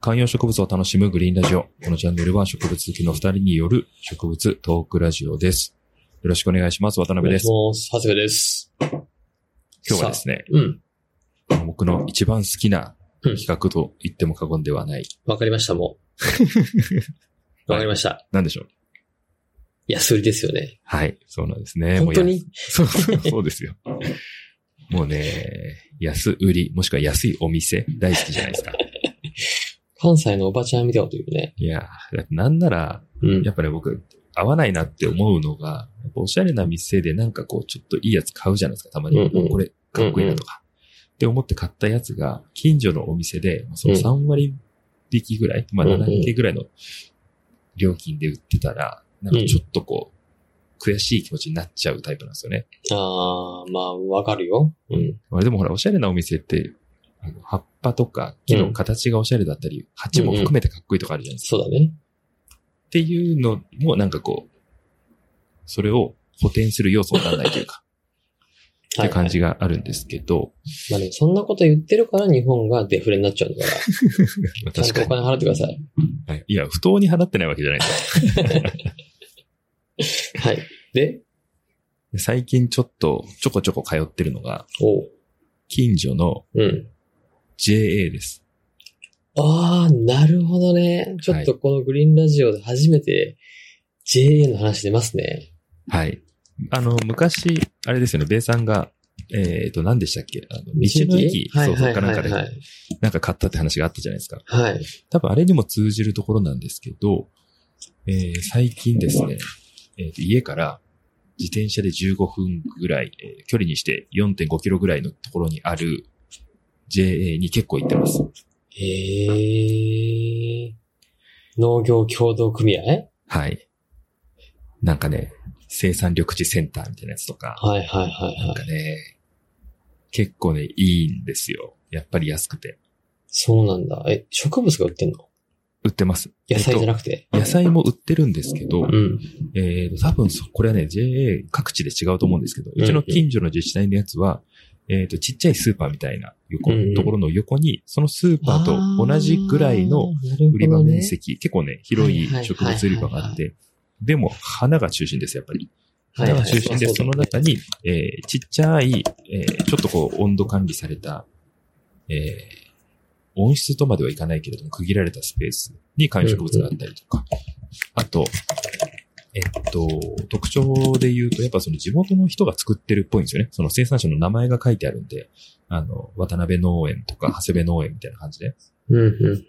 観葉植物を楽しむグリーンラジオ。このチャンネルは植物好きの二人による植物トークラジオです。よろしくお願いします。渡お辺願でいしす。ます。長谷部です。今日はですね、うん。僕の一番好きなうん企画と言っても過言では ない。わかりました、もう。わかりました。なんでしょう安売りですよね。はい。そうなんですね。本当もうやにそうそう そうですよ。もうね、安売り、もしくは安いお店、大好きじゃないですか。関西のおばちゃんみたいなこと言うね。いや、なんなら、うん。やっぱね、僕、合わないなって思うのが、やっぱおしゃれな店でなんかこう、ちょっといいやつ買うじゃないですか、たまに。うんうんこれ、かっこいいなとか。って思って買ったやつが、近所のお店で、そのうん3割引きぐらい、まあうんうん7割引きぐらいの料金で売ってたら、なんかちょっとこう、悔しい気持ちになっちゃうタイプなんですよね。ああ、まあ、わかるよ。うん。あれでもほら、おしゃれなお店って、あの葉っぱとか木の形がおしゃれだったり、鉢も含めてかっこいいとかあるじゃないですか。そうだね。っていうのもなんかこう、それを補填する要素にならないというか、っ はてい。感じがあるんですけど、まあでも、そんなこと言ってるから日本がデフレになっちゃう んだから。まあちゃんとお金払ってください。はいいや、不当に払ってないわけじゃないですよはい。で、で最近ちょっとちょこちょこ通ってるのが、おう。近所のうん。 JA です。ああ、なるほどね。ちょっとこのグリーンラジオで初めて JA の話出ますね。はい。あの、昔、あれですよね、米さんが、えっ、と、何でしたっけあの、道の駅、はそいうそはういかはなんいかで、はい。なんか買ったって話があったじゃないですか。はい。多分あれにも通じるところなんですけど、えー最近ですね、えーと家から自転車で15分ぐらい、えー距離にして4.5キロぐらいのところにある JA に結構行ってます。へえ。農業協同組合はいはい。なんかね、生産緑地センターみたいなやつとか、はいはいなんはかい。ね、結構ね、いいんですよ。やっぱり安くて。そうなんだ。え、植物が売ってんの売ってます。野菜じゃえーなくて。と野菜も売ってるんですけど、うん。えー、と、多分そ、これはね、JA 各地で違うと思うんですけど、うんうちの近所の自治体のやつは、えっ、と、ちっちゃいスーパーみたいな横、うんうんところの横に、そのスーパーと同じぐらいの売り場面積、結構ね、広い植物売り場があって、でも、花が中心です、やっぱり。あー、な花るほどが中心ねで、その中。はいはいに、えーちっちゃい、えーちょっとこう、温度管理された、えー温室とまではいかないけれども、区切られたスペースに観葉植物があったりとか、あと、えっと、特徴で言うと、やっぱその地元の人が作ってるっぽいんですよね。その生産者の名前が書いてあるんで、あの、渡辺農園とか長谷部農園みたいな感じで。うんうんうんうん。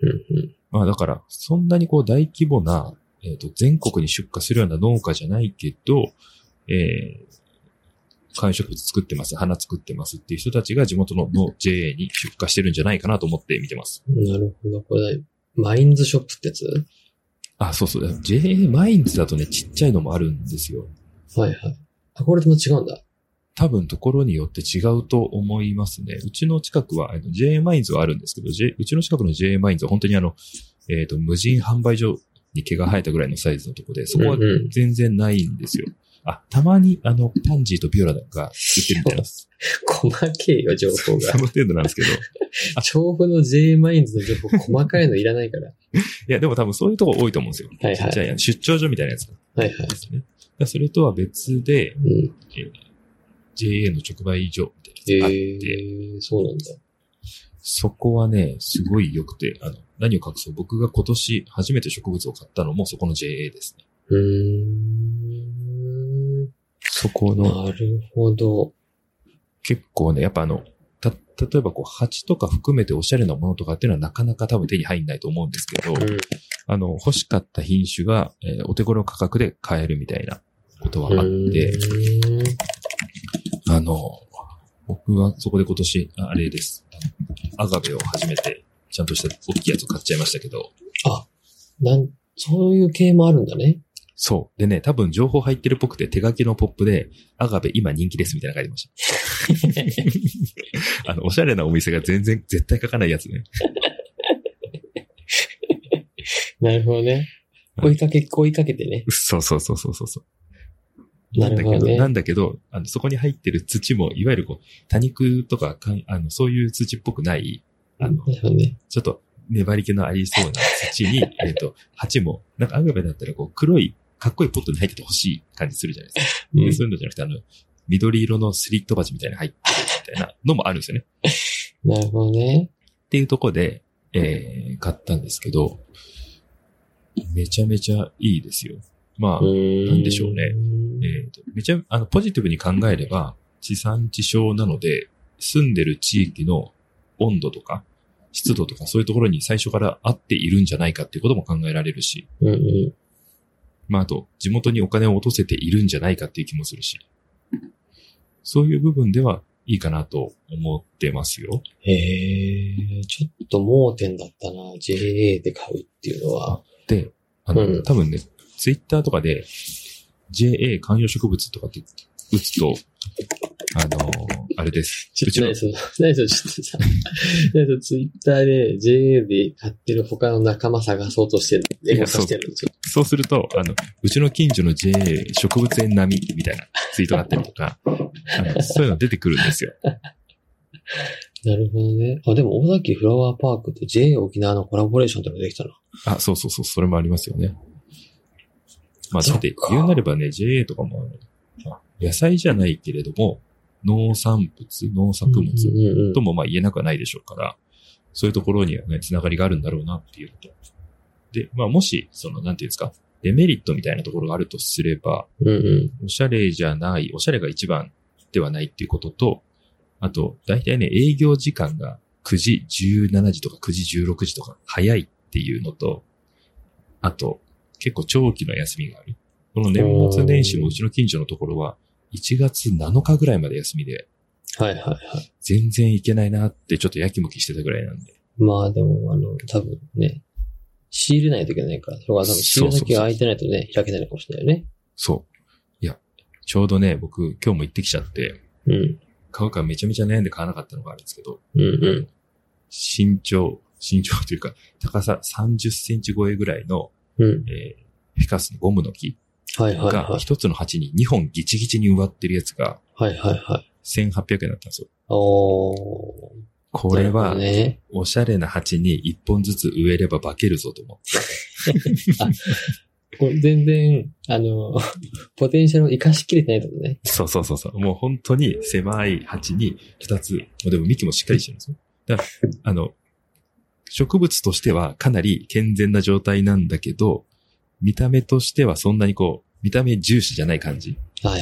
まあだから、そんなにこう大規模な、えっ、と、全国に出荷するような農家じゃないけど、えー、観葉植物作ってます、花作ってますっていう人たちが地元の農 JA に出荷してるんじゃないかなと思って見てます。なるほど。これ、マインズショップってやつあ、そうそう。JA マインズだとね、ちっちゃいのもあるんですよ。はいはい。あ、これとも違うんだ。多分ところによって違うと思いますね。うちの近くは、あの JA マインズはあるんですけど、J、うちの近くの JA マインズは本当にあの、えっ、と、無人販売所に毛が生えたぐらいのサイズのとこで、そこはうんうん全然ないんですよ。あ、たまにあの、パンジーとビオラが売ってるみたいな。そ細けえよ、情報 が。の程度なんですけど。い調布の J マインズの情報細かいのいらないから。や、でも多分そういうとこ多いと思うんですよ。はい はいちっちゃい出張所みたいなやつではいはい。すね。だからそれとは別で、うん。 JA の直売所みたいなやつえがあって、ー、そうなんだ。そこはね、すごい良くて、あの、何を隠そう。僕が今年初めて植物を買ったのもそこの JA ですね。うーん。そこの、なるほど。結構ね、やっぱあの、た、例えばこう、鉢とか含めておしゃれなものとかっていうのはなかなか多分手に入んないと思うんですけど、うん。あの、欲しかった品種が、えーお手頃価格で買えるみたいなことはあって、うあの、僕はそこで今年、ああれです。アガベを初めて、ちゃんとした大きいやつを買っちゃいましたけど、ーんなん、そういう系もあるんだね。そう。でね、多分情報入ってるっぽくて手書きのポップで、アガベ今人気ですみたいなの書いてました。あの、おしゃれなお店が全然絶対書かないやつね。なるほどね。はい追いかけ、追いかけてね。そうそうそうそうそうそう。ななんるだほけどど、ねなんだけど、あの、そこに入ってる土も、いわゆるこう、多肉とかかん、あの、そういう土っぽくない、あの、なるほどね。ちょっと粘り気のありそうな土 に、えっと、鉢も、なんかアガベだったらこう黒い、かっこいいポットに入っててほしい感じするじゃないですか。うんでそういうのじゃなくて、あの、緑色のスリット鉢みたいなの入ってるみたいなのもあるんですよね。なるほどね。っていうとこで、えー、買ったんですけど、めちゃめちゃいいですよ。まあ、ななんでしょうね。えーとめちゃ、あの、ポジティブに考えれば、地産地消なので、住んでる地域の温度とか、湿度とかそういうところに最初から合っているんじゃないかっていうことも考えられるし、うんうまあ、あと、地元にお金を落とせているんじゃないかっていう気もするし、そういう部分ではいいかなと思ってますよ。ん。へえ、ちょっと盲点だったな。JA で買うっていうのは。で、あの、うん多分ね、ツイッターとかで、JA 観葉植物とかって打つと、あのあれです。ちょうっちとの何その、 何その、ちょっとさ、何そのツイッターで JA で買ってる他の仲間探そうとしてる。エゴサしてる。ちょっそうすると、あの、うちの近所の JA 植物園並みみたいなツイートがあったりとか、あのそういうの出てくるんですよ。となるほどね。あ、でも、大崎フラワーパークと JA 沖縄のコラボレーションってのができたな。あ、そうそうそう、それもありますよね。まあ、そだっかって、言うなればね、JA とかもあの、野菜じゃないけれども、農産物、農作物うんうんと。もまあ言えなくはないでしょうから、そういうところにはね、つながりがあるんだろうなっていうのと。で、まあ、もし、その、なんていうんですか、デメリットみたいなところがあるとすれば、うんうん。おしゃれじゃない、おしゃれが一番ではないっていうことと、あと、大体ね、営業時間が9時17時とか9時16時とか早いっていうのと、あと、結構長期の休みがある。この年末年始もうちの近所のところは、1月7日ぐらいまで休みで、はいはいはい。全然行けないなってちょっとやきもきしてたぐらいなんで。まあでも、あの、多分ね、仕入れないといけないから、そこは多分仕入れ先が空いてないとね、開けないのかもしれないよね。そう。いや、ちょうどね、僕今日も行ってきちゃって、うん。買うかめちゃめちゃ悩んで買わなかったのがあるんですけど、うんうん。身長、身長というか、高さ30センチ超えぐらいの、うん。えーフィカスのゴムの木はいはいがは、い。一つの鉢に2本ギチギチに植わってるやつが、はいはいはい。 1800円だったんですよ。おー。これは、ね。おしゃれな鉢に1本ずつ植えれば化けるぞと思って。これ全然、あの、 ポテンシャルを活かしきれてないってことね。そうそうそうそう。もう本当に狭い鉢に2つ、でも幹もしっかりしてるんですよ。だから、あの、植物としてはかなり健全な状態なんだけど、見た目としてはそんなにこう、見た目重視じゃない感じ。はい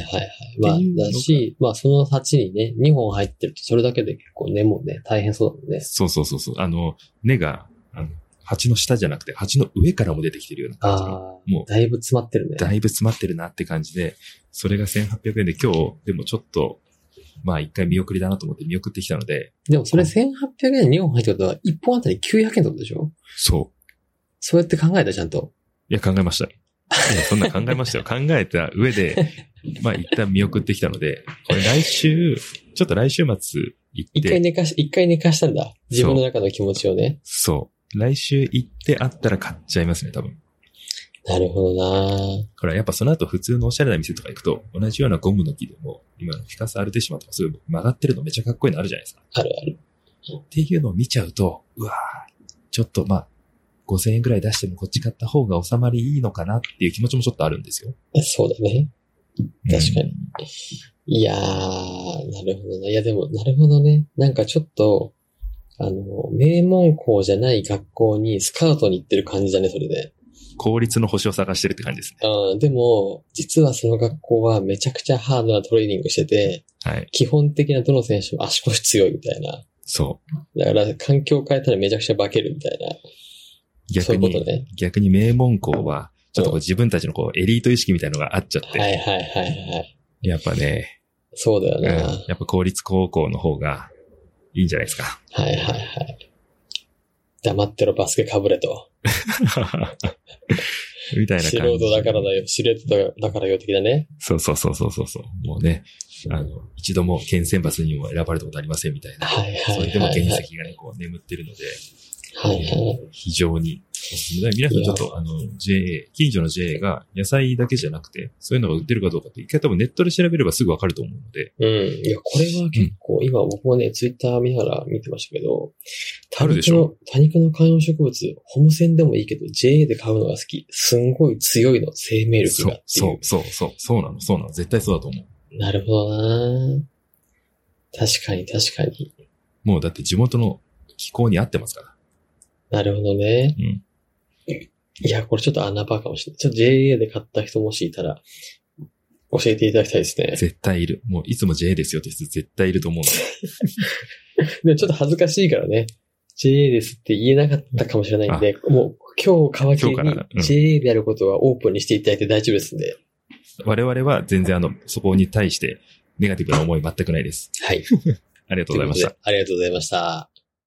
はいはっいていう。まのあ、がだし、まあ、その鉢にね、2本入ってると、それだけで結構根もね、大変そうだもんね。そうそうそうそう。あの、根が、あの、鉢の下じゃなくて、鉢の上からも出てきてるような感じが。あもあ、だいぶ詰まってるう、ね。だいぶ詰まってるなって感じで、それが1800円で今日、でもちょっと、まあ一回見送りだなと思って見送ってきたので、でもそれ1800円2本入ってことは、1本あたり900円ってことでしょそう。そうやって考えた、ちゃんと。いや、考えました。いやそんな考えま したよ。考えた上で、まあ一旦見送ってきたので、これ来週、ちょっと来週末行っ一回て、寝かし、一回寝かしたんだ。自分の中の気持ちをね。そう。来週行ってあったら買っちゃいますね、多分。なるほどなほら、やっぱその後普通のおしゃれな店とか行くと、同じようなゴムの木でも、今のフィカスアルテシマとかそういう曲がってるのめちゃかっこいいのあるじゃないですか。あるある。っていうのを見ちゃうと、うわぁ、ちょっとまあ、5000円ぐらい出してもこっち買った方が収まりいいのかなっていう気持ちもちょっとあるんですよ。そうだね。確かうんに。いやー、なるほどな。いやでも、なるほどね。なんかちょっと、あの、名門校じゃない学校にスカウトに行ってる感じだね、それで。効率の星を探してるって感じですね。うん、でも、実はその学校はめちゃくちゃハードなトレーニングしてて、はい。基本的などの選手も足腰強いみたいな。そう。だから、環境変えたらめちゃくちゃ化けるみたいな。そ逆ういうに、ことね逆に名門校は、ちょっとこう自分たちのこうエリート意識みたいのがあっちゃって、はいはいはいはい。やっぱね、そうだようん、な。やっぱ公立高校の方がいいんじゃないですか。はいはいはい。黙ってろバスケかぶれと。みたいな感じ。素人だからだよ、素人だからよ的なね。そうそうそうそうそうそう。もうね、あの、一度も県選抜にも選ばれたことありませんみたいな。はいはいそはい、はい。れでも原石がね、こう眠ってるので、はいはい。非常におすすめだ。皆さんちょっと、あの、JA、近所の JA が野菜だけじゃなくて、そういうのが売ってるかどうかって、一回多分ネットで調べればすぐわかると思うので、うん。いや、これは結構、今僕もね、ツイッター見ながら見てましたけど、多あるで肉しのょ、多肉の観葉植物、ホームセンでもいいけど、JA で買うのが好き。すんごい強いの、生命力そがう、っていそうう。、そう、そう、そうなの、そうなの。絶対そうだと思う。なるほどな確かに確かに。もうだって地元の気候に合ってますから。なるほどね。うんいや、これちょっと穴場かもしれない。ちょっと JA で買った人もしいたら、教えていただきたいですね。 絶対いる。もういつも JA ですよって人絶対いると思うので。でもちょっと恥ずかしいからね。JA ですって言えなかったかもしれないんで、もう今日皮切今日からうりんに JA であることはオープンにしていただいて大丈夫ですんで。我々は全然あの、そこに対してネガティブな思い全くないです。はい。ありがとうございましとたうこ。で。ありがとうございました。